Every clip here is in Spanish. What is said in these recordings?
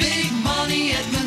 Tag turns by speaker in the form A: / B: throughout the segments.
A: big money at Menards.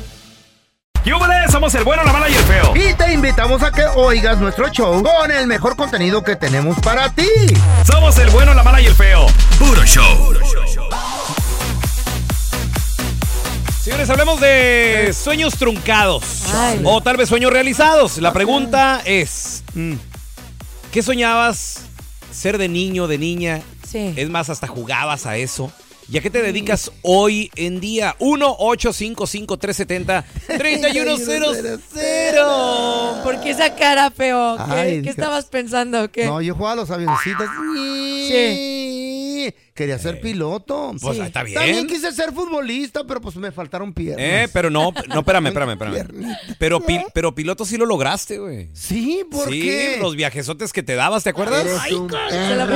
B: ¿Qué hubo de? Somos el bueno, la mala y el feo.
C: Y te invitamos a que oigas nuestro show con el mejor contenido que tenemos para ti.
B: Somos el bueno, la mala y el feo. Puro show. Señores, hablemos de sueños truncados
D: Ay.
B: o tal vez sueños realizados. La pregunta es, mm, ¿qué soñabas ser de niño, de niña?
D: Sí.
B: Es más, hasta jugabas a eso. ¿Y a qué te dedicas hoy en día? 1-855-370-3100.
D: ¿Por qué esa cara, feo? ¿Qué,
C: Ay,
D: qué
C: ca-
D: estabas pensando? ¿Qué?
C: No, yo jugaba a los avioncitos. Quería ser piloto.
B: Pues, Sí. está bien.
C: También quise ser futbolista, pero pues me faltaron piernas.
B: Eh, pero no, no, espérame, espérame, espérame.
C: Piernita.
B: Pero, pil- pero piloto sí lo lograste, güey.
C: Sí, ¿por
B: sí,
C: qué?
B: los viajesotes que te dabas, ¿te acuerdas?
D: Se la,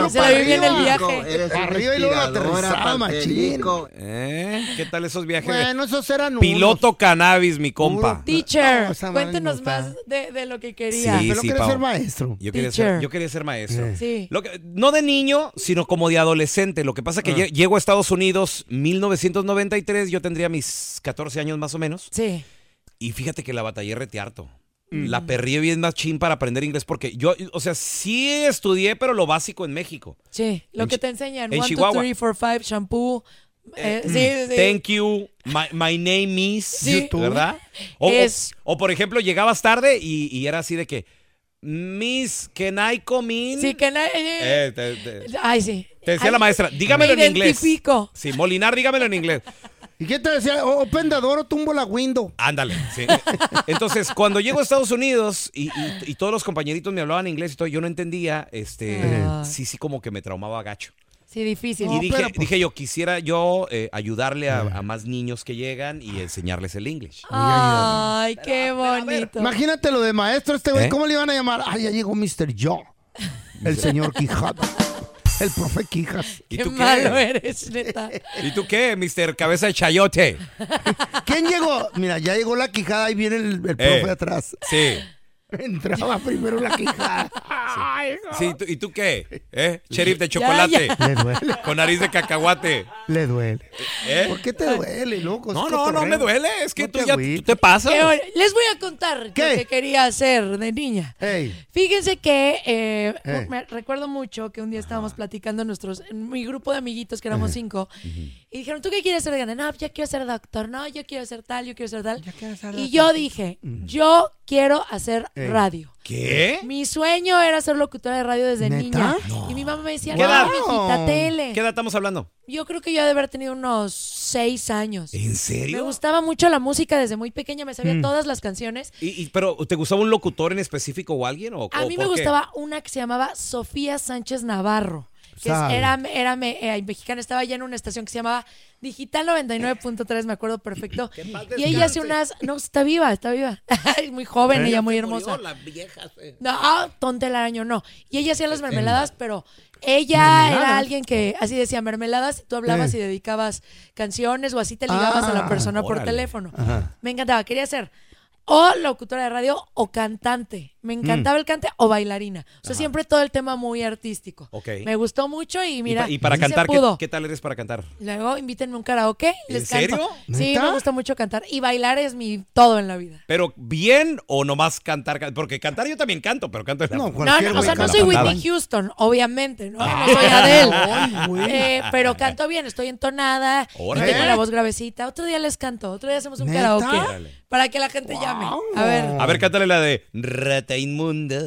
D: se la viví en el viaje.
E: Eres
C: Arriba y luego la aterrizaba, machín.
B: ¿Eh? ¿Qué tal esos viajes? de-
C: Bueno, esos eran unos.
B: Piloto cannabis, mi compa.
C: Puro-
D: Teacher,
C: No, esa madre
D: cuéntenos
C: no está.
D: más de, de lo que quería.
B: Sí.
C: Pero quería
B: Pao.
C: ser maestro. Eh.
B: Yo quería,
D: Teacher.
B: ser, yo quería ser maestro.
D: Sí.
B: Lo que- no de niño, sino como de adolescente. Lo que pasa
C: Ah.
B: que lle- llego a Estados Unidos 1993, yo tendría mis 14 años más o menos.
D: Sí.
B: Y fíjate que la batallé rete harto.
C: Mm.
B: La perrí bien machín para aprender inglés porque yo, o sea, sí estudié, pero lo básico en México.
D: Sí, lo
B: En
D: que
B: Chi-
D: te enseñan.
B: en
D: 1, 2,
B: Chihuahua.
D: 3, 4, 5, shampoo. Eh, sí, sí.
B: mm. Thank you, my, my name is,
D: Sí. YouTube.
B: ¿verdad? O, o-
D: Es-
B: o, por ejemplo, llegabas tarde y, y era así de que, Miss, can I come in?
D: Sí, que na- eh,
B: Eh, te, te-
D: Ay, sí.
B: te decía la
D: Ay,
B: maestra, dígamelo
D: me
B: en inglés.
D: identifico.
B: Sí, Molinar, dígamelo en inglés.
C: ¿Y qué te decía? O pendador o tumbo la window.
B: Ándale, sí. Entonces, cuando llego a Estados Unidos y, y- y todos los compañeritos me hablaban inglés y todo, yo no entendía, este,
D: Ah.
B: sí, sí, como que me traumaba gacho.
D: Sí, difícil.
B: Y dije,
C: pero, pues-
B: dije yo, quisiera yo eh, ayudarle a, a más niños que llegan y enseñarles el inglés.
D: Ay, qué bonito.
C: Imagínate lo de maestro este güey.
B: ¿Eh?
C: ¿Cómo le iban a llamar? Ah, ya llegó Mr. Yo. El señor Quijada. El profe Quijas.
B: ¿Y
D: qué
B: tú qué?
D: malo eh. eres, neta.
B: ¿Y tú qué, Mr. Cabeza de Chayote?
C: ¿Quién llegó? Mira, ya llegó la quijada y viene el, el
B: Eh.
C: profe atrás.
B: Sí.
C: Entraba primero la quijada. Ay, no.
B: sí ¿y tú- ¿Y tú qué? ¿Eh? Sheriff de chocolate.
D: ya.
C: Le duele,
B: Con nariz de cacahuate.
C: le duele.
B: ¿Eh?
C: ¿Por qué te duele, loco? Es
B: No, no, no
C: cotorreo.
B: me duele. Es que
C: No
B: tú
C: te
B: ya tú
C: agüites.
B: te pasas.
D: Qué bueno. Eh, Les voy a contar
C: ¿Qué?
D: lo que quería hacer de niña.
C: Ey,
D: Fíjense que eh,
C: Eh.
D: me recuerdo mucho que un día estábamos platicando nuestros, mi grupo de amiguitos, que éramos cinco, y dijeron, ¿tú qué quieres ser de grande? No, yo quiero ser doctor, no, yo quiero ser tal, yo quiero ser tal. y yo dije, yo quiero hacer
C: Ey.
D: radio.
B: ¿Qué?
D: Mi sueño era ser locutora de radio desde
C: ¿Neta?
D: niña. Y mi mamá me decía,
B: ¿Qué
D: no,
B: edad?
D: mijita, tele.
B: ¿Qué edad estamos hablando?
D: Yo creo que yo he de haber tenido unos seis años.
B: ¿En
D: Me
B: serio?
D: gustaba mucho la música desde muy pequeña, me sabía todas las canciones.
B: ¿Y, y- pero te gustaba un locutor en específico o alguien? O,
D: A
B: o
D: mí me
B: por qué?
D: gustaba una que se llamaba Sofía Sánchez Navarro, que es-
C: Sabe.
D: era, era me- eh, mexicana, estaba ya en una estación que se llamaba Digital 99.3, me acuerdo perfecto. Y ella hace unas. No, está viva, está viva. Es muy joven, ella muy hermosa. No, ah, tonta el araño, no. Y ella hacía las mermeladas, pero ella era alguien que así decía mermeladas, y tú hablabas y dedicabas canciones o así te ligabas a la persona por
B: Ah, órale.
D: teléfono. Me encantaba, quería ser o locutora de radio o cantante.
B: Mm.
D: Me encantaba el cante o bailarina. O sea, siempre todo el tema muy artístico.
B: Ok.
D: Me gustó mucho y
B: Y
D: mira,
B: pa- y, para
D: sí se
B: cantar, ¿qué,
D: pudo.
B: qué tal eres para cantar?
D: Luego invítenme a un karaoke.
B: ¿En
D: Les canto.
B: serio?
D: Sí,
C: ¿Neta?
D: me gusta mucho cantar. Y bailar es mi todo en la vida.
B: ¿Pero bien o nomás cantar? Can- Porque cantar yo también canto, pero canto en la...
C: No,
D: No,
C: cualquier
D: no, o sea, no
B: canta
D: soy
B: balada.
D: Whitney Houston, obviamente, no,
B: Ah.
D: no soy Adele.
C: Ay, güey.
D: Eh, pero canto bien, estoy entonada, y
B: Órale.
D: tengo la voz gravecita. Otro día les canto, otro día hacemos un
C: ¿Neta?
D: karaoke
B: Órale.
D: para que la gente llame. A ver.
B: A ver, cántale la de rata inmunda,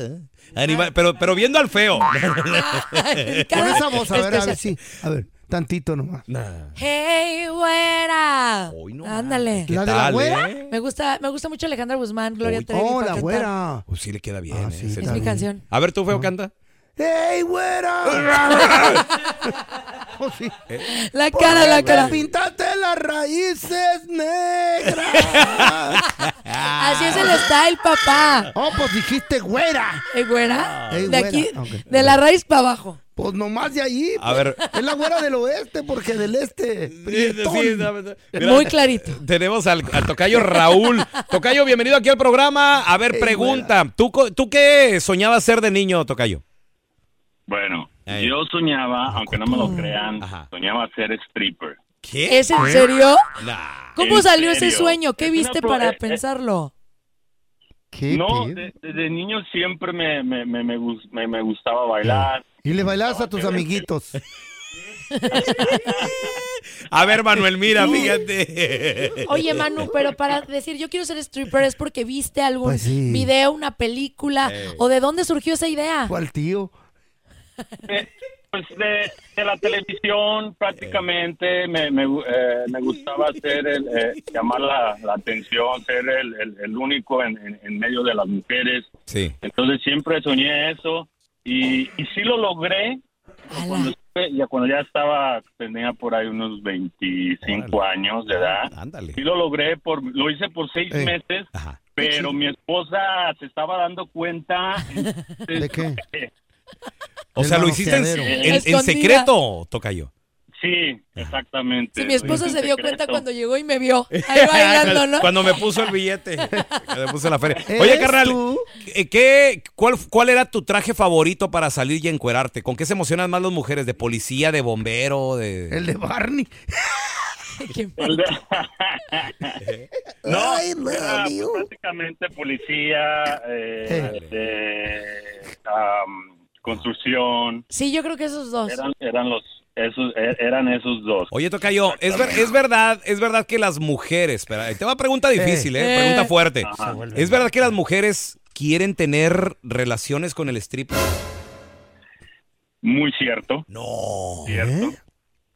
B: animal, pero, pero viendo al feo.
C: Con
D: Cada-
C: esa voz, a ver, a ver,
D: especial.
C: sí. A ver, tantito nomás.
D: Hey, güera.
B: Hoy no más.
D: Ándale.
B: ¿Qué
C: ¿La de la
B: tal,
C: güera?
B: eh?
D: Me gusta, me gusta mucho Alejandra Guzmán, Gloria Trevi.
C: Oh,
D: para
C: la
D: cantar.
C: güera.
B: Pues sí le queda bien.
C: Ah,
B: eh,
C: sí, Ah.
B: ese
D: Es mi
B: tono.
D: canción.
B: A ver, tú feo canta.
C: ¡Ey, güera! Oh, sí.
D: La cara, la cara.
C: Pintaste las raíces negras.
D: Así es el style, papá.
C: oh, pues dijiste güera.
D: ¿Eh, güera?
C: Ey,
D: de
C: güera.
D: aquí,
C: Ok.
D: de la raíz para abajo.
C: Pues nomás de ahí.
B: A
C: pues.
B: ver.
C: Es la güera del oeste, porque del este. prietón.
B: Sí, sí, dame, dame. Mira,
D: Muy clarito.
B: Tenemos al, al tocayo Raúl. Tocayo, bienvenido aquí al programa. A ver, pregunta. ¿Tú, co- ¿Tú qué soñabas ser de niño, Tocayo?
E: Bueno,
B: Ey.
E: yo soñaba, aunque no me lo crean,
B: Ajá.
E: soñaba ser stripper.
B: ¿Qué?
D: Mm. ¿Es en serio?
B: Nah.
D: ¿Cómo
E: ¿En
D: salió ese
E: serio?
D: sueño? ¿Qué
E: Es una
D: viste
E: pro-
D: para
E: eh, eh.
D: pensarlo?
C: ¿Qué
E: no,
C: pedo?
E: de- desde niño siempre me, me, me, me, gus- me- me gustaba bailar.
C: Y le bailabas a tus amiguitos.
B: A ver, Manuel, mira, fíjate.
D: Oye, Manu, pero para decir yo quiero ser stripper es porque viste algún
C: Pues sí.
D: video, una película, o de dónde surgió esa idea.
C: ¿Cuál tío?
E: Eh, pues de, de la televisión prácticamente me, me, gu- eh, me gustaba ser el, eh, llamar la, la atención, ser el, el- el único en- en- en medio de las mujeres.
B: Sí.
E: Entonces siempre soñé eso y, y sí lo logré. Cuando,
D: Ala.
E: estuve- ya cuando ya estaba, tenía por ahí unos 25 años de edad.
B: Ándale.
E: Sí lo logré, por, lo hice por seis
C: Eh.
E: meses,
B: Ajá.
E: pero mi esposa se estaba dando cuenta. entonces,
C: ¿De qué?
B: O
C: Del
B: sea, lo hiciste en,
C: manoseadero.
B: en- en
D: Escondida.
B: secreto, Tocayo.
E: Sí, exactamente.
D: Si mi esposa
E: Lo hice
D: se dio
E: secreto.
D: cuenta cuando llegó y me vio ahí bailando, ¿no?
B: Cuando me puso el billete. Cuando me puso la feria. Oye,
C: ¿Eres
B: carnal,
C: tú?
B: ¿qué- ¿qué, cuál, ¿cuál era tu traje favorito para salir y encuerarte? ¿Con qué se emocionan más las mujeres? ¿De policía, de bombero, de...?
C: El de Barney.
D: ¿Quién?
E: El de-
C: No, Ay,
E: era
C: love you.
E: prácticamente policía, eh, de, am, construcción.
D: Sí, yo creo que esos dos.
E: Eran, eran los esos er- eran esos dos.
B: Oye, Tocayo, es, ver- es verdad, es verdad que las mujeres, pero ahí te va pregunta difícil, eh,
D: Eh.
B: pregunta fuerte.
E: Ajá.
B: ¿Es verdad que las mujeres quieren tener relaciones con el stripper?
E: Muy cierto,
B: No.
E: cierto.
C: ¿Eh?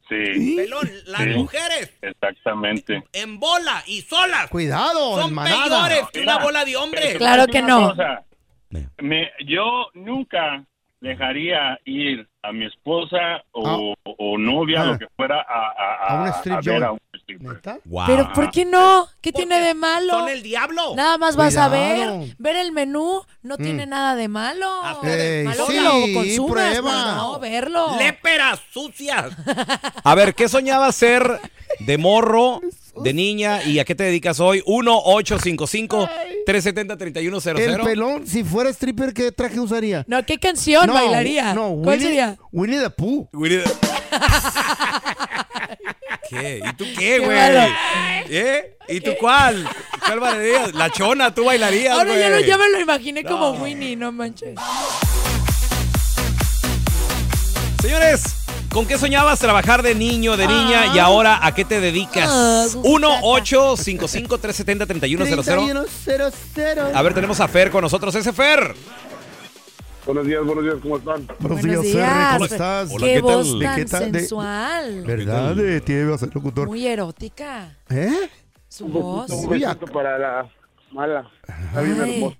E: Sí,
B: Pelón, las
E: Sí.
B: mujeres
E: exactamente.
B: en bola y solas
C: Cuidado, en manada.
B: que
E: una bola
B: de
E: Pero te voy a
D: Claro
E: decir
D: que
E: una
D: no.
E: cosa. Me- yo nunca dejaría ir a mi esposa o, o novia,
C: Ah.
E: lo que fuera, a, a,
C: A un
E: a-
C: strip
E: a ver
C: joint.
E: a un stripper.
C: ¿Neta?
B: Wow.
D: Pero ¿por qué no? ¿Qué tiene de malo?
B: diablo.
D: Nada más vas a ver,
C: Cuidado.
D: ver el menú, no tiene nada de malo.
C: Ey,
D: malo
C: sí,
D: lo consumas,
C: prueba.
D: pero no verlo.
B: Léperas sucias. A ver, ¿qué soñaba ser de morro, de niña y a qué te dedicas hoy? 1-855-370-3100.
C: El pelón, si fuera stripper, ¿qué traje usaría?
D: No, ¿qué canción bailaría?
C: No,
D: ¿Cuál
C: Winnie-
D: sería?
C: Winnie the Pooh.
B: Winnie the- ¿Qué? ¿Y tú qué, güey?
D: bárbaro.
B: ¿Eh? ¿Y tú cuál? ¿Cuál bailarías? La chona, tú bailarías,
D: Ahora ya,
B: güey.
D: lo, ya me lo imaginé como Winnie, no manches.
B: Señores, ¿con qué soñabas trabajar de niño, de niña y
D: Ah.
B: ahora a qué te dedicas?
D: Ah, gusta.
B: 1-855-370-3100.
C: 3100.
B: A ver, tenemos a Fer con nosotros. Ese Fer.
F: Buenos días, buenos días, ¿cómo están?
C: Buenos
D: Buenos
C: días, Ferry, ¿cómo
D: días.
C: estás?
B: Hola,
D: Qué
B: ¿qué tal?
D: voz
B: ¿De
D: tan
C: qué tal? De-
D: sensual.
C: ¿Verdad? Eh, Tiene que ser locutor.
D: Muy erótica
C: ¿Eh?
D: su voz.
F: Un
C: Uy,
F: besito para la mala. Está bien
D: Ay.
F: hermoso.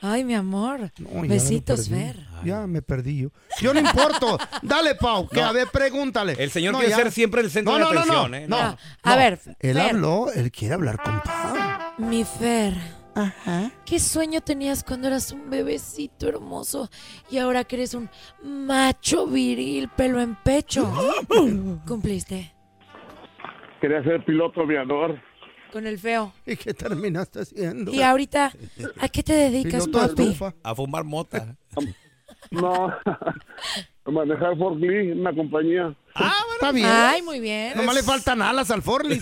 D: Ay, mi amor.
C: No, ya me
D: Besitos,
C: perdí.
D: Fer.
C: Ya me perdí yo. Yo no importo. Dale, Pau, que
B: No.
C: a ver, pregúntale.
B: El señor
C: No,
B: quiere
C: ya.
B: ser siempre el centro
C: No, no,
B: de
C: no,
B: atención,
C: no,
B: ¿eh?
C: no. Ah.
D: Ah, a ver,
C: Él
D: Fer.
C: habló, él quiere hablar con Pau.
D: Mi Fer.
C: Ah.
D: ¿Qué sueño tenías cuando eras un bebecito hermoso y ahora que eres un macho viril, pelo en pecho? ¿Cumpliste?
F: Quería ser piloto aviador.
D: Con el feo.
C: ¿Y qué terminaste haciendo?
D: Y ahorita, ¿a qué te dedicas,
C: Piloto de
D: papi?
C: estufa.
B: A fumar mota.
F: No. Manejar forklift en una compañía.
C: Está bien.
D: Ay, muy bien.
C: Nomás le faltan alas al Forlis.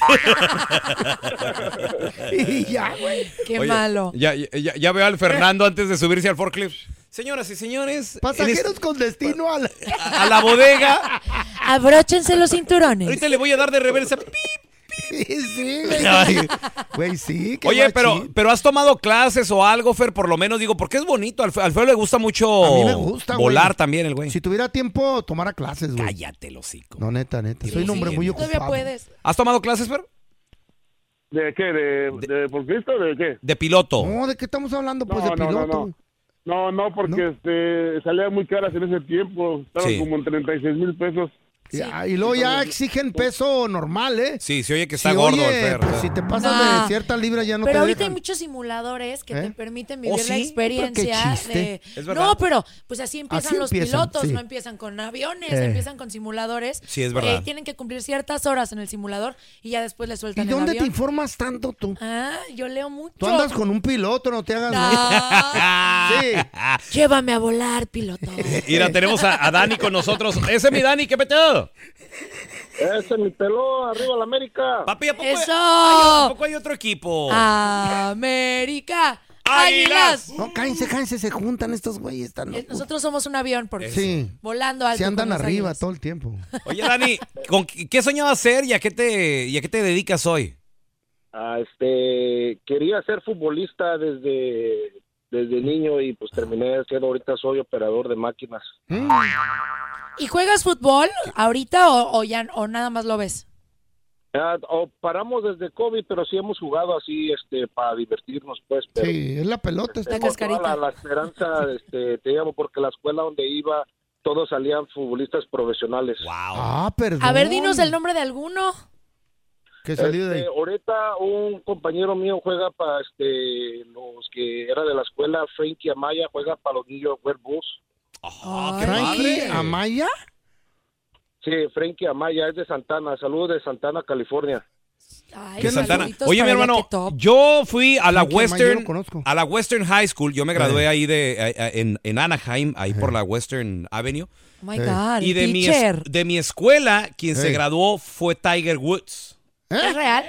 C: y ya, güey.
D: Qué
B: Oye,
D: malo.
B: Ya, ya, ya veo al Fernando antes de subirse al forklift. Señoras y señores, en
C: Pasajeros
B: este-
C: con destino al.
B: a, a la bodega.
D: Abróchense los cinturones.
B: Ahorita le voy a dar de reversa. Pip.
C: sí, güey.
B: Ay.
C: Güey, sí. qué
B: Oye, pero,
C: machín.
B: pero has tomado clases o algo, Fer, por lo menos digo, porque es bonito. Al, fe- al feo le gusta mucho
C: A mí me gusta, güey.
B: volar también el güey.
C: Si tuviera tiempo, tomara clases, güey.
B: Cállate, el hocico.
C: No, neta, neta. Soy un hombre muy ocupado.
D: Todavía puedes.
B: ¿Has tomado clases, Fer?
F: ¿De qué? ¿De, de forklift o de qué?
B: De piloto.
C: No, ¿de qué estamos hablando? Pues de
F: no,
C: piloto.
F: no,
C: güey.
F: no. No, no, porque Este, salían muy caras en ese tiempo. Estaban
B: Sí.
F: como en 36 mil pesos.
C: Ya, y luego ya exigen peso normal, ¿eh?
B: Sí, se oye que está
C: Sí,
B: gordo
C: oye,
B: el Fer.
C: pues si te pasas
D: No.
C: de cierta libra ya no
D: pero
C: te
D: ahorita hay
C: dejan.
D: muchos simuladores que
C: ¿Eh?
D: te permiten vivir
B: Oh, sí?
D: la experiencia
C: Pero qué
D: de
C: chiste.
B: Es verdad.
D: no pero pues así empiezan
C: Así
D: los
C: empiezan,
D: pilotos
C: sí.
D: no empiezan con aviones
C: Eh.
D: empiezan con simuladores
B: Sí, es verdad.
D: Eh, tienen que cumplir ciertas horas en el simulador y ya después le
C: ¿Y
D: sueltan el
C: dónde te
D: avión
C: informas tanto tú?
D: ah yo leo mucho
C: Tú andas con un piloto, no te hagas... güey.
D: Ah,
C: Sí.
D: llévame a volar piloto
B: Mira, tenemos a, a Dani con nosotros. Ese es mi Dani, ¿qué peteo?
F: Ese mi peló, arriba la América.
B: Papi, ¿a poco, hay-
D: Eso.
B: Ay, ¿a
D: Oh.
B: poco hay otro equipo?
D: Ah, América
B: Águilas.
D: águilas
C: No, cállense, cállense, se juntan estos güeyes. Están
D: Eh, nosotros somos un avión porque
C: Sí.
D: volando alto
C: Se andan
D: con las
C: arriba
D: águilas.
C: todo el tiempo.
B: Oye, Dani, ¿con qué qué soñabas ser y a qué te, y a qué te dedicas hoy?
G: Ah, este, quería ser futbolista desde, desde niño y pues terminé siendo ahorita soy operador de máquinas.
C: Mm.
D: ¿Y juegas fútbol ahorita o, o ya o nada más lo ves?
G: Ah, o paramos desde COVID, pero sí hemos jugado así este, para divertirnos, pues. Pero
C: Sí, es la pelota.
G: tengo
C: Está...
D: La cascarita.
G: toda La, la esperanza, este, te llamo, porque la escuela donde iba todos salían futbolistas profesionales.
B: Wow.
C: Ah, perdón.
D: A ver, dinos el nombre de alguno.
C: Que salió de
G: Este,
C: ahí.
G: ahorita un compañero mío juega para este, los que era de la escuela, Frankie Amaya, juega para los New York Red Bulls.
B: Ah,
D: Ay.
C: Frankie Amaya.
G: Sí, Frankie Amaya es de Santana. Saludos de Santana, California.
D: Ay,
B: De Santana.
D: saluditos
B: Oye, mi
D: para allá,
B: hermano,
D: qué top.
B: yo fui a
C: Frankie
B: la
C: Amaya, yo
B: Western
C: lo conozco.
B: a la Western High School. Yo me gradué
C: Eh.
B: ahí de a- a- en, en Anaheim, ahí por la Western Avenue.
D: Oh my God,
B: Y
D: el
B: de mi, es-
D: teacher.
B: de mi escuela, quien se
C: Eh.
B: graduó fue Tiger Woods.
D: ¿Es real?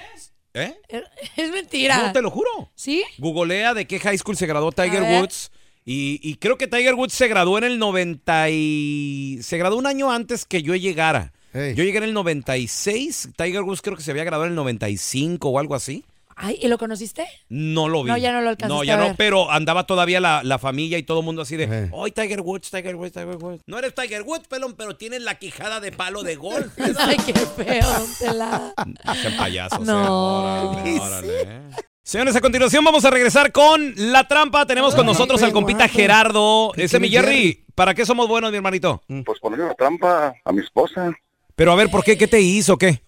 B: ¿Eh?
D: Es- Es mentira.
B: No, te lo juro.
D: ¿Sí?
B: Googlea de qué high school se graduó Tiger
D: A ver.
B: Woods. Y, y creo que Tiger Woods se graduó en el 90 y... Se graduó un año antes que yo llegara.
C: Ey.
B: Yo llegué en el 96. Tiger Woods creo que se había graduado en el 95 o algo así.
D: Ay, ¿y lo conociste?
B: No lo vi.
D: No, ya no lo alcanzaste
B: No, ya
D: a
B: no,
D: ver.
B: pero andaba todavía la, la familia y todo el mundo así de, "Oh,
C: Ey.
B: ¡Ay, Tiger Woods, Tiger Woods, Tiger Woods! No eres Tiger Woods, pelón, pero tienes la quijada de palo de golf.
D: Ay, qué feo, don Tela.
B: Sean payasos.
D: No.
B: eh. Órale, órale, eh. Señores, a continuación vamos a regresar con La Trampa. Tenemos con
C: Ay,
B: nosotros al
C: guapo.
B: compita Gerardo.
C: Ah, ¿Qué
B: Ese mi
C: quiere
B: Jerry, ¿para qué somos buenos, mi hermanito?
F: Pues ponerle una trampa a mi esposa.
B: Pero a ver, ¿por qué? ¿Qué te hizo? ¿Qué?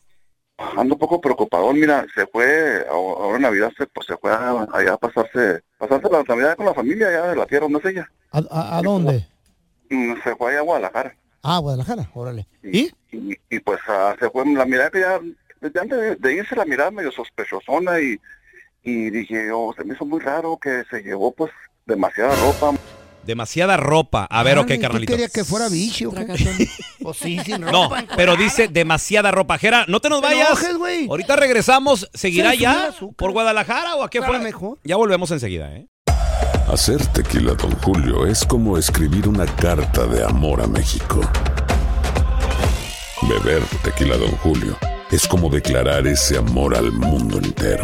F: Ando un poco preocupado, mira, se fue, ahora ahora en Navidad se, pues, se fue a- allá a pasarse, pasarse la Navidad con la familia allá de la tierra donde es ella.
C: ¿A, a- a dónde?
F: Mm, Se fue allá a Guadalajara.
C: Ah, Guadalajara, órale. ¿Y?
F: Y, y, pues ah, se fue, la mirada que ya, desde antes de, de irse la mirada medio sospechosona y, y dije, yo, se me hizo muy raro que se llevó pues demasiada ropa.
B: Demasiada ropa. A ver,
C: Ah,
B: ok,
C: ¿y tú
B: carnalito.
C: quería que fuera bicho.
D: Tracatón.
C: O Pues sí, sin
B: No,
C: ropa.
B: pero dice demasiada ropa. Jera, no te nos
C: Te
B: vayas.
C: enojes, güey.
B: Ahorita regresamos. ¿Seguirá
C: Se le subió el
B: ya
C: azúcar.
B: por Guadalajara o a qué
C: Para
B: fue?
C: mejor.
B: Ya volvemos enseguida, ¿eh?
H: Hacer tequila, Don Julio, es como escribir una carta de amor a México. Beber tequila, Don Julio, es como declarar ese amor al mundo entero.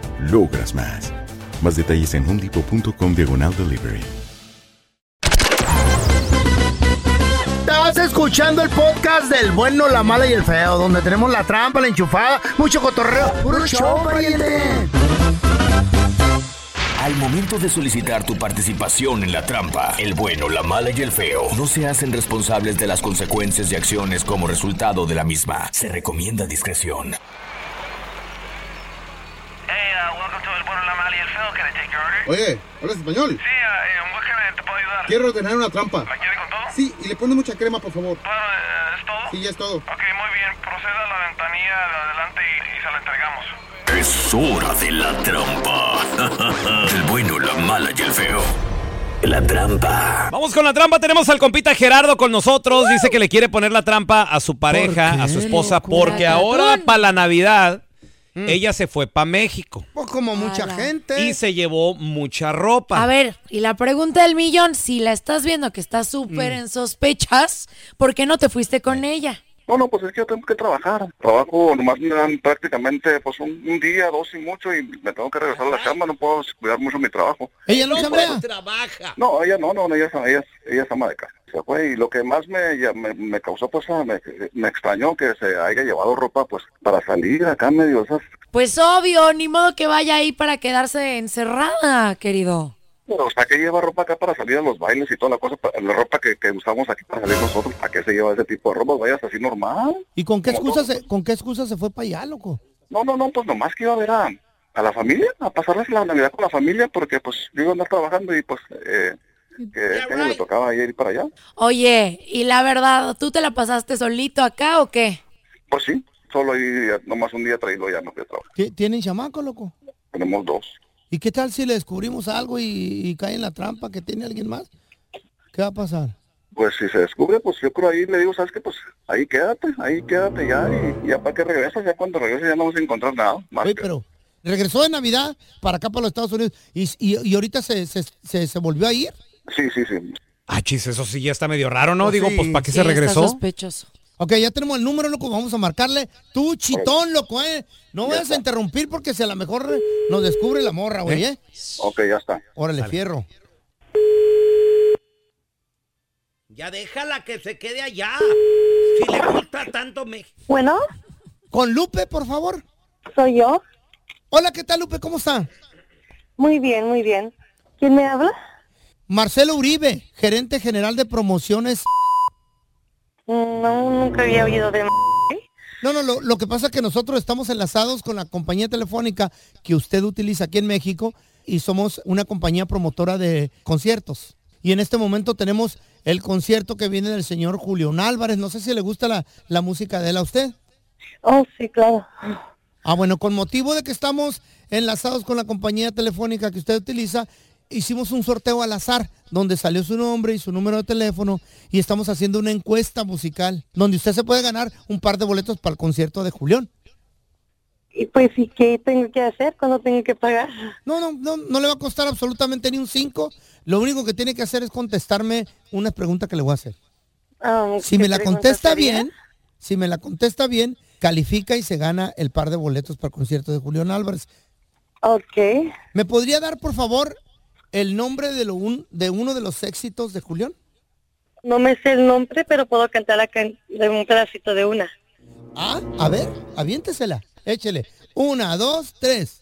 I: logras más. Más detalles en homedepot.com diagonal delivery.
J: Estás escuchando el podcast del bueno, la mala y el feo, donde tenemos la trampa, la enchufada, mucho cotorreo. ¡Puro show, pariente!
K: Al momento de solicitar tu participación en la trampa, el bueno, la mala y el feo no se hacen responsables de las consecuencias y acciones como resultado de la misma. Se recomienda discreción.
L: Oye, ¿hablas español? Sí, eh, ¿en busca te puedo ayudar? Quiero ordenar una trampa. ¿La quiere con todo? Sí, y le pone mucha crema, por favor. ¿es todo? Sí, ya es todo.
K: Es hora de la trampa. El bueno, la mala y el feo. La trampa.
B: Vamos con la trampa. Tenemos al compita Gerardo con nosotros. Dice que le quiere poner la trampa a su pareja, a su esposa, porque ahora para la Navidad ella se fue para México
C: Pues como mucha gente.
B: y se llevó mucha ropa.
D: A ver, y la pregunta del millón, si la estás viendo que está súper
B: Mm.
D: en sospechas, ¿por qué no te fuiste con ella?
F: No, no, pues es que yo tengo que trabajar. Trabajo, nomás me dan prácticamente pues un, un día, dos y mucho y me tengo que regresar a la chamba, no puedo cuidar mucho mi trabajo.
J: ¿Ella no
B: trabaja?
F: No, ella no, no, no, ella, es- ella, es- ella es ama de casa. Se fue y lo que más me, ya- me, me causó, pues, ah, me, me extrañó que se haya llevado ropa, pues, para salir acá medio esas.
D: Pues obvio, ni modo que vaya ahí para quedarse encerrada, querido.
F: O sea, que lleva ropa acá para salir a los bailes y toda la cosa, pa- la ropa que, que usamos aquí para salir nosotros, ¿a qué se lleva ese tipo de ropa? Vayas así normal.
C: ¿Y con qué
F: Como
C: excusa se, con qué excusa se fue para allá, loco?
F: No, no, no, pues nomás que iba a ver a, a la familia, a pasarles la Navidad con la familia, porque pues yo iba a andar trabajando y pues eh, que que me tocaba ayer ir para allá.
D: Oye, y la verdad, ¿tú te la pasaste solito acá o qué?
F: Pues sí, solo ahí eh, nomás un día traído ya no fui a trabajar.
C: ¿Ti- ¿Tienen chamaco, loco?
F: Tenemos dos.
C: ¿Y qué tal si le descubrimos algo y, y cae en la trampa que tiene alguien más? ¿Qué va a pasar?
F: Pues si se descubre, pues yo creo ahí le digo, ¿sabes qué? Pues ahí quédate, ahí quédate ya y y ya para que regresas, ya cuando regreses ya no vas a encontrar nada. Más
C: Oye,
F: que-
C: pero regresó de Navidad para acá, para los Estados Unidos, y, y- y ahorita se, se- se- se volvió a ir.
F: Sí, sí, sí.
B: Ah, chis, eso sí ya está medio raro, ¿no?
C: Pues
B: Digo,
C: sí.
B: pues ¿para qué
C: Sí,
B: se
C: está
B: regresó?
D: Sospechoso.
C: Ok, ya tenemos el número, loco, vamos a marcarle. Tú, chitón, loco, ¿eh? No vayas a interrumpir porque si a lo mejor nos descubre la morra, güey, ¿eh?
F: Ok, ya está.
C: Órale, fierro.
B: Ya déjala que se quede allá. Si le gusta tanto México.
M: Bueno,
C: Con Lupe, por favor.
M: soy yo.
C: Hola, ¿qué tal, Lupe? ¿Cómo está?
M: Muy bien, muy bien. ¿Quién me habla?
C: Marcelo Uribe, gerente general de promociones.
M: No, nunca había oído de... ¿eh?
C: No, no, lo, lo que pasa es que nosotros estamos enlazados con la compañía telefónica que usted utiliza aquí en México y somos una compañía promotora de conciertos. Y en este momento tenemos el concierto que viene del señor Julián Álvarez. No sé si le gusta la, la música de él a usted.
M: Oh, sí, claro.
C: Ah, bueno, con motivo de que estamos enlazados con la compañía telefónica que usted utiliza, hicimos un sorteo al azar donde salió su nombre y su número de teléfono y estamos haciendo una encuesta musical donde usted se puede ganar un par de boletos para el concierto de Julián.
M: Y pues, ¿y qué tengo que hacer? ¿Cuándo tengo que pagar?
C: No, no, no, no le va a costar absolutamente ni un 5. Lo único que tiene que hacer es contestarme unas preguntas que le voy a hacer.
M: Ah,
C: Si
M: ¿qué
C: me la
M: pregunta
C: contesta
M: sería?
C: bien, si me la contesta bien, califica y se gana el par de boletos para el concierto de Julián Álvarez.
M: Ok.
C: ¿Me podría dar, por favor, el nombre de, lo un- de uno de los éxitos de Julián?
M: No me sé el nombre, pero puedo cantar acá en- de un pedacito de una.
C: Ah, A ver, aviéntesela. Échele. Una, dos, tres.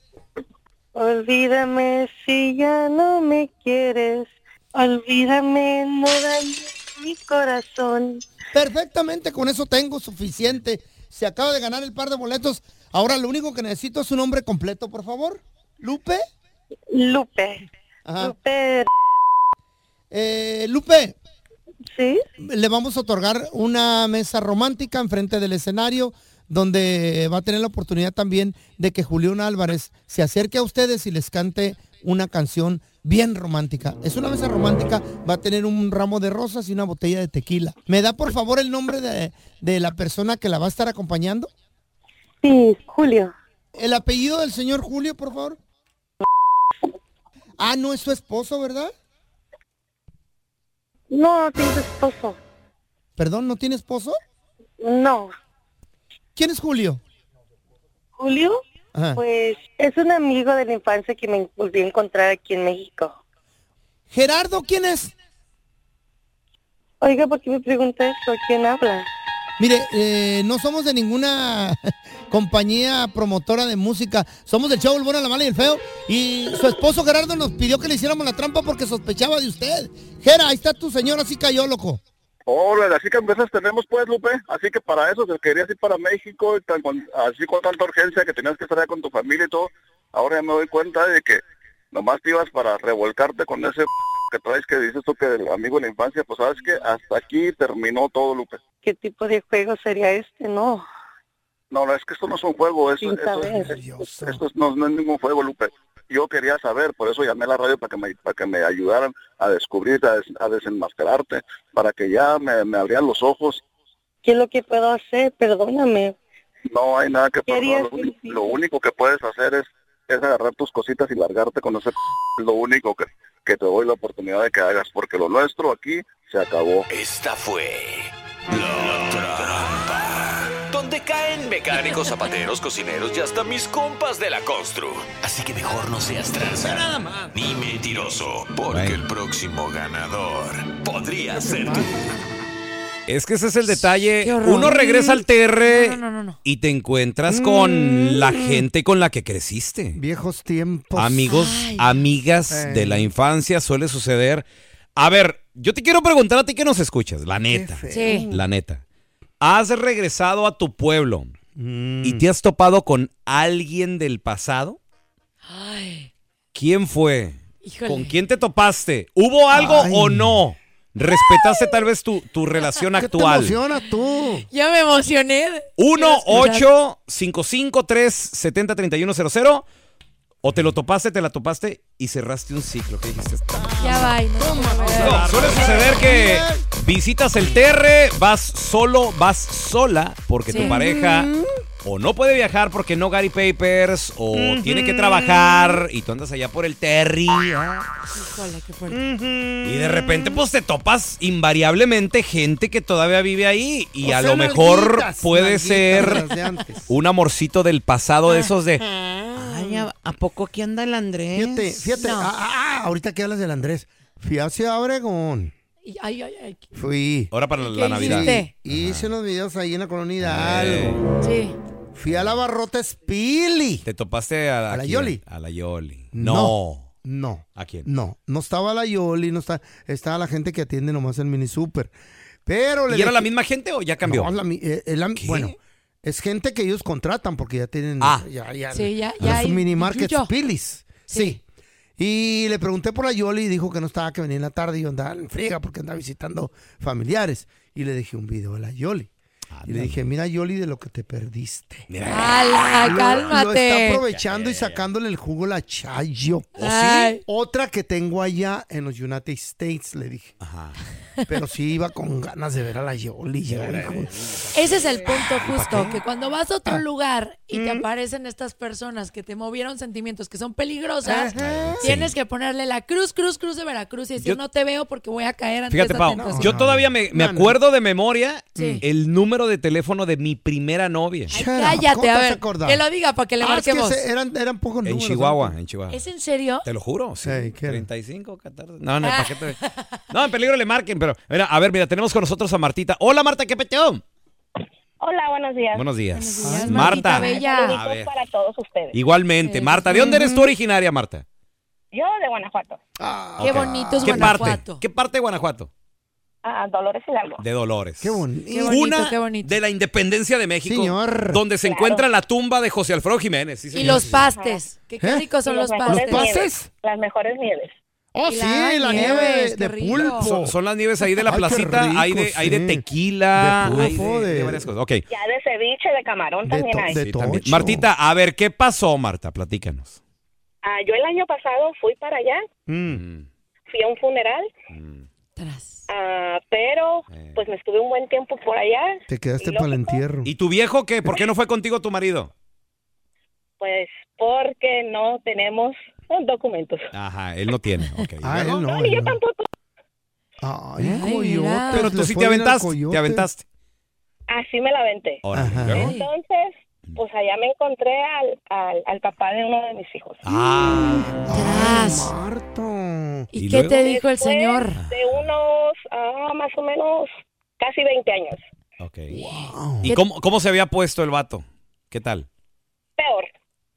M: Olvídame si ya no me quieres. Olvídame, no dañes mi corazón.
C: Perfectamente, con eso tengo suficiente. Se acaba de ganar el par de boletos. Ahora lo único que necesito es su nombre completo, por favor. Lupe.
M: Lupe. Lupe.
C: Eh, Lupe.
M: Sí.
C: Le vamos a otorgar una mesa romántica enfrente del escenario donde va a tener la oportunidad también de que Julián Álvarez se acerque a ustedes y les cante una canción bien romántica. Es una mesa romántica, va a tener un ramo de rosas y una botella de tequila. ¿Me da por favor el nombre de, de la persona que la va a estar acompañando?
M: Sí, Julio.
C: ¿El apellido del señor Julio, por favor? Ah, no es su esposo, ¿verdad?
M: No, tiene esposo.
C: Perdón, ¿no tiene esposo?
M: No.
C: ¿Quién es Julio?
M: Julio,
C: Ajá.
M: pues es un amigo de la infancia que me volví a encontrar aquí en México.
C: Gerardo, ¿quién es?
M: Oiga, ¿por qué me pregunta eso? ¿Quién habla?
C: Mire, eh, no somos de ninguna compañía promotora de música. Somos del show El Bueno, la Mala y el Feo. Y su esposo Gerardo nos pidió que le hiciéramos la trampa porque sospechaba de usted. Gera, ahí está tu señor, así cayó, loco.
F: Órale, así que empresas tenemos pues, Lupe. Así que para eso te querías ir para México, y tan con- así con tanta urgencia que tenías que estar allá con tu familia y todo. Ahora ya me doy cuenta de que nomás te ibas para revolcarte con ese que traes que dices tú que el amigo de la infancia, pues sabes que hasta aquí terminó todo, Lupe.
M: ¿Qué tipo de juego sería este? No.
F: No, no, es que esto no es un juego, eso,
M: Sin
F: eso-
M: saber.
F: esto- esto es- no, no es ningún juego, Lupe. Yo quería saber, por eso llamé a la radio para que me, para que me ayudaran a descubrir, a, des- a desenmascararte, para que ya me, me abrieran los ojos.
M: ¿Qué es lo que puedo hacer? Perdóname.
F: No hay nada que perdonar.
M: harías
F: Lo, uni- lo único que puedes hacer es, es agarrar tus cositas y largarte con ese... Es lo único que, que te doy la oportunidad de que hagas, porque lo nuestro aquí se acabó.
K: Esta fue la trampa. Donde caen mecánicos, zapateros, cocineros y hasta mis compas de la constru. Así que mejor no seas tranza. Nada más. Ni mentiroso, porque el próximo ganador podría ser tú.
B: Es que ese es el detalle.
K: horror.
B: Uno regresa al TR
K: No, no, no,
B: y te encuentras con la gente con la que creciste.
J: Viejos
D: Pues,
J: tiempos.
B: Amigos, amigas
J: Eh.
B: de la infancia suele suceder. A ver, yo te quiero preguntar a ti que nos escuchas, la neta.
J: Sí.
B: La neta. ¿Has regresado a tu pueblo y te has topado con alguien del pasado? ¿Quién fue?
D: Híjole.
B: ¿Con quién te topaste? ¿Hubo algo
D: Ay.
B: o no? ¿Respetaste tal vez tu, tu relación actual?
J: tú?
D: Ya me emocioné.
B: 1
D: Quiero escuchar.
B: 8 55 3 70 31 00 o te lo topaste, te la topaste y cerraste un ciclo. ¿Qué dijiste?
D: Ya va. y no se puede ver.
B: No, suele suceder que visitas el TR, vas solo, vas sola, porque
D: Sí.
B: tu pareja o no puede viajar porque no Gary Papers, o tiene que trabajar y tú andas allá por el Terry.
D: Híjole, qué fuerte.
B: Y de repente, pues te topas invariablemente gente que todavía vive ahí. Y
J: O
B: a
J: sea,
B: lo mejor
J: nalguitas,
B: puede
J: nalguitas
B: ser
J: las de antes.
B: un amorcito del pasado de esos de.
J: Ay, ¿a, poco aquí anda el Andrés? Fíjate, fíjate,
D: No.
J: ah, ah, ah, ahorita que hablas del Andrés. Fui hacia Obregón.
D: Y- Ay, ay, ay.
J: Fui.
B: Ahora para la,
J: ¿Qué
B: Navidad.
J: hiciste? Hice unos videos ahí en la colonia Hidalgo.
D: Sí.
J: Fui a la Barrota Spili.
B: Te topaste a,
J: ¿A la
B: aquí,
J: Yoli?
B: A la Yoli. No.
J: No. No.
B: ¿A quién?
J: No, no estaba la Yoli, no estaba, estaba la gente que atiende nomás el mini super. Pero le
B: ¿Y era
J: dejé-
B: la misma gente o ya cambió?
J: No, la mi- eh, eh, la- bueno, es gente que ellos contratan porque ya tienen
B: Ah.
J: ya, ya,
D: Sí, ya-
J: los
D: ya hay-
J: mini markets
D: incluyó.
J: pilis. Sí. Y le pregunté por la Yoli y dijo que no estaba, que venía en la tarde y yo andaba en friega porque andaba visitando familiares. Y le dejé un video a la Yoli.
B: Ah,
J: Y le dije, mira Yoli de lo que te perdiste.
D: ¡Hala,
J: Lo- Lo
D: cálmate!
J: está aprovechando y sacándole el jugo la chayo.
D: Ay.
J: Otra que tengo allá en los United States, le dije. Pero sí iba con ganas de ver a la Yoli. ya, hijo.
D: Ese es el punto justo, que cuando vas a otro
J: Ah.
D: lugar y te aparecen estas personas que te movieron sentimientos que son peligrosas,
B: Ajá.
D: tienes que ponerle la cruz, cruz, cruz de Veracruz y decir,
B: Yo-
D: no te veo porque voy a caer ante
B: Fíjate,
D: esa
B: Pau,
D: tentación".
B: yo todavía me, me
D: No, no.
B: acuerdo de memoria
D: Sí.
B: el número de teléfono de mi primera novia.
J: ¿cómo te
D: Cállate, a
J: vas a
D: ver,
J: acordar?
D: que lo diga para que le
J: Ah, es que
D: marquemos.
J: ese- eran, eran pocos
B: En
J: números.
B: Chihuahua, en Chihuahua.
D: ¿Es en serio?
B: Te lo juro, sí. 35, 14. No, no, ¿para
D: Ah.
B: qué te- No, en peligro le marquen, pero. Mira, a ver, mira, tenemos con nosotros a Martita. Hola, Marta, ¿qué peteo?
N: Hola, buenos días.
B: Buenos días.
N: Buenos
B: Marta.
N: días, Martita bella.
B: A ver.
N: Para todos ustedes.
B: Igualmente, Marta, ¿de dónde eres tú originaria, Marta?
N: Yo de Guanajuato.
J: Ah,
B: ok. ¿Qué Parte, ¿Qué parte de Guanajuato?
N: Ah, Dolores Hidalgo.
B: De Dolores. Qué bonito.
N: Qué bonito,
B: Una de la independencia de México. Donde se encuentra la tumba de José Alfredo Jiménez. sí,
D: Y
B: señor.
D: los pastes. Qué, qué
B: ¿Eh?
D: ricos son
N: Y
D: los
N: las
D: pastes.
B: mejores ¿Los pastes? nieves,
N: Las mejores nieves.
J: Oh,
D: Y
J: sí,
D: las
J: la nieve
D: nieves,
J: de-
D: qué
J: de
D: rico.
J: pulpo.
B: Son, son las nieves ahí de la
J: Ay, qué
B: placita.
J: rico,
B: hay, de, hay de
J: sí.
B: tequila.
J: De
B: hay
J: pulpo,
B: de, de
J: de-
B: varias cosas. Ok.
N: Ya de ceviche, de camarón también hay.
B: Sí, también. Martita, a ver, ¿qué pasó, Marta? Platícanos.
N: Ah, yo el año pasado fui para allá,
J: Mm.
B: Mm.
N: fui a un funeral. Ah, pero
B: Eh.
N: pues me estuve un buen tiempo por allá.
B: Te
J: quedaste para el entierro.
B: ¿Y tu viejo qué? ¿Por qué no fue contigo tu marido?
N: Pues porque no tenemos eh, documentos.
B: Ajá, él no tiene. ok.
J: Ah, él no.
N: No, ni yo tampoco.
J: Ay,
N: Ay,
J: coyote.
N: mira.
B: Pero tú
J: le
B: sí
J: fue
B: te
J: bien al
B: aventaste,
J: coyote.
B: te aventaste.
N: Así me la aventé.
B: Órale, ¿y luego?
N: Entonces, pues allá me encontré al, al, al papá de uno de mis hijos.
B: Ah.
D: ¿Y,
B: ¿Y
D: qué
B: luego?
D: te dijo el
N: Después
D: señor?
N: De unos, ah, más o menos, casi 20 años.
B: ¿Y cómo, cómo se había puesto el vato? ¿Qué tal?
N: Peor.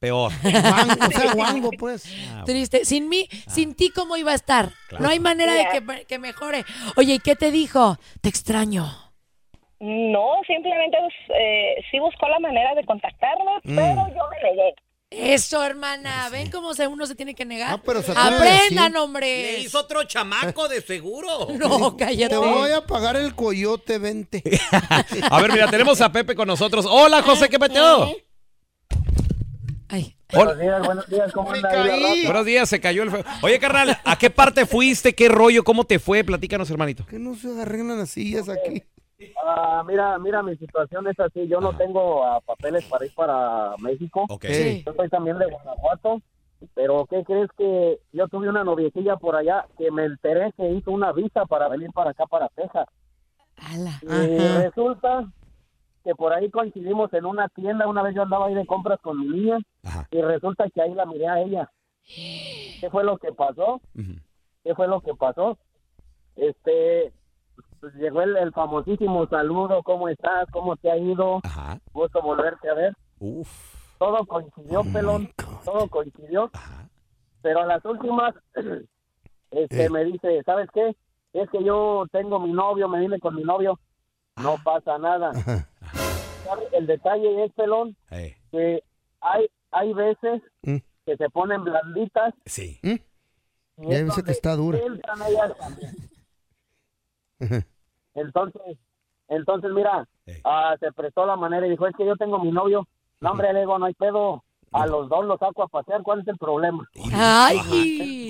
B: Peor.
J: Guango, o sea, guango, pues.
D: Triste. Sin mí,
J: Ah.
D: sin ti, ¿cómo iba a estar?
B: Claro.
D: No hay manera de
N: Ya.
D: que, que mejore. Oye, ¿y qué te dijo? Te extraño.
N: No, simplemente pues, eh, sí buscó la manera de contactarme,
D: Mm.
N: pero yo me negué.
D: Eso, hermana. ¿Ven cómo se, uno se tiene que negar?
J: pero se atreve a
D: Aprendan,
J: decir.
D: hombre.
B: hizo otro chamaco de seguro.
D: No, cállate.
J: Te voy a pagar el coyote, vente.
B: A ver, mira, tenemos a Pepe con nosotros. Hola, José, ¿qué peteo? Hola.
O: Buenos días, buenos días, ¿cómo anda ahí la raza?
B: Buenos días, se cayó el... fe- Oye, carnal, ¿a qué parte fuiste? ¿Qué rollo? ¿Cómo te fue? Platícanos, hermanito.
J: Que no se arreglan las sillas aquí.
O: Ah, mira, mira, mi situación es así, yo no tengo ah, papeles para ir para México.
J: Sí.
O: Yo soy también de Guanajuato, pero ¿qué crees que yo tuve una noviecilla por allá que me enteré que hizo una visa para venir para acá, para Texas? Y
A: Ajá.
O: resulta que por ahí coincidimos en una tienda, una vez yo andaba ahí de compras con mi niña, y resulta que ahí la miré a ella. ¿Qué fue lo que pasó? ¿Qué fue lo que pasó? Este, pues llegó el, el famosísimo saludo, ¿cómo estás? ¿Cómo te ha ido? Gusto volverte a ver. Todo coincidió, pelón, todo coincidió. Pero a las últimas, este, me dice, ¿sabes qué? Es que yo tengo mi novio, me vine con mi novio. No pasa nada. ¿Sabe? El detalle es, pelón, que hay, hay veces
J: Mm.
O: que se ponen blanditas.
B: Sí.
J: ¿Mm?
O: y
J: Ya
O: es
J: dice que
O: donde
J: está dura.
O: entran ellas también. Entonces, entonces mira, ah, se prestó la manera y dijo, es que yo tengo mi novio. No, hombre, le digo, no hay pedo. A los dos los saco a pasear, ¿cuál es el problema?
D: Ay,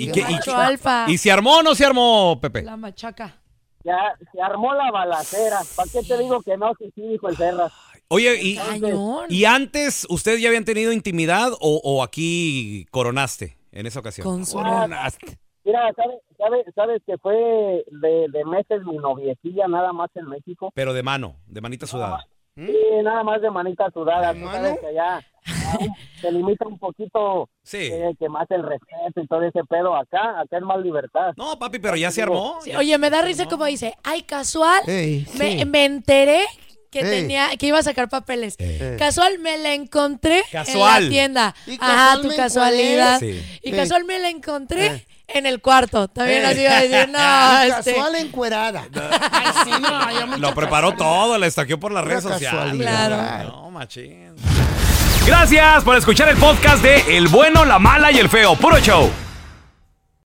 B: ¿Y,
D: qué
B: y-
D: macho alfa.
B: ¿Y se armó o no se armó, Pepe?
D: La machaca.
O: Ya, se armó la balacera. ¿Para qué te digo que no? Sí, sí, dijo el Ferras.
B: Oye, y,
O: Cañón.
B: ¿y antes ustedes ya habían tenido intimidad o, o aquí coronaste en esa ocasión? Coronaste.
O: Mira, ¿sabes, sabes, sabes que fue de, de meses mi noviecilla nada más en México?
B: Pero de mano, de manita sudada.
O: Sí, nada más de manita sudada, tú sabes que allá aún se limita un poquito eh, que más el respeto y todo ese pedo acá, acá es más libertad.
B: No, papi, pero ya se armó.
D: Sí, oye, me da risa como dice, ay, casual,
B: Ey,
D: me,
B: sí.
D: me enteré que
B: Ey.
D: tenía, que iba a sacar papeles. Casual, me la encontré en
B: Casual.
D: la tienda.
B: Y
D: Ajá,
B: casual
D: tu
B: me
D: casualidad.
B: encuadré. Sí.
D: Y
B: Ey.
D: casual me la encontré
B: Eh.
D: en el cuarto. También
B: Eh.
D: así iba a decir, no,
J: Ah,
D: este-
J: Casual encuerada. Ay, sí, no, había mucho
B: Lo preparó todo, la estaqueó por las
J: Pura
B: redes sociales.
J: casualidad.
B: No, machín. Gracias por escuchar el podcast de El bueno, la mala y el feo. Puro show.